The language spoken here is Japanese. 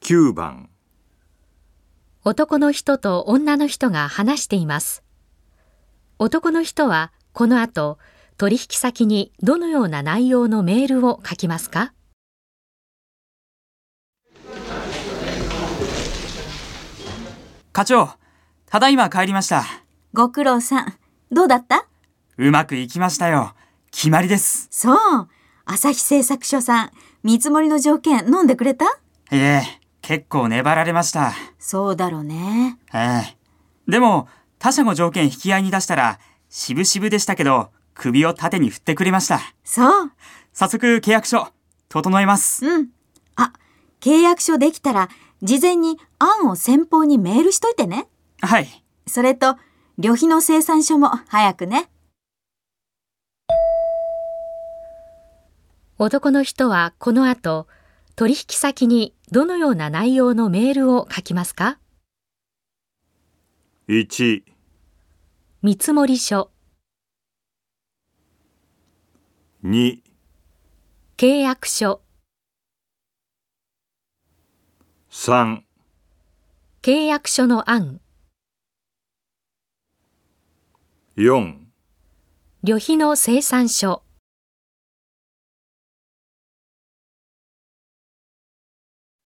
9番男の人と女の人が話しています。男の人はこの後、取引先にどのような内容のメールを書きますか課長、ただいま帰りました。ご苦労さん。どうだったうまくいきましたよ。決まりです。そう。朝日製作所さん、見積もりの条件飲んでくれたええ結構粘られました。そうだろうね。ええでも、他社の条件引き合いに出したら、渋々でしたけど、首を縦に振ってくれました。そう。早速契約書、整えます。うん。あ、契約書できたら、事前に案を先方にメールしといてね。はい。それと、旅費の生産書も早くね。男の人はこの後、取引先にどのような内容のメールを書きますか1見積書、 2契約書、 3契約書の案、 4旅費の生産書、